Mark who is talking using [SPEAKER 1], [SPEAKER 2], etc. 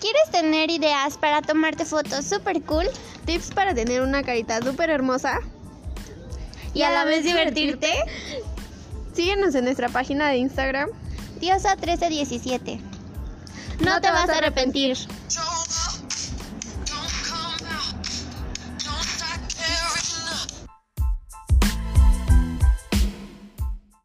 [SPEAKER 1] ¿Quieres tener ideas para tomarte fotos super cool
[SPEAKER 2] Tips para tener una carita súper hermosa.
[SPEAKER 1] y a la vez divertirte?
[SPEAKER 2] Síguenos en nuestra página de Instagram.
[SPEAKER 1] Diosa 1317. No te vas a arrepentir.
[SPEAKER 3] Show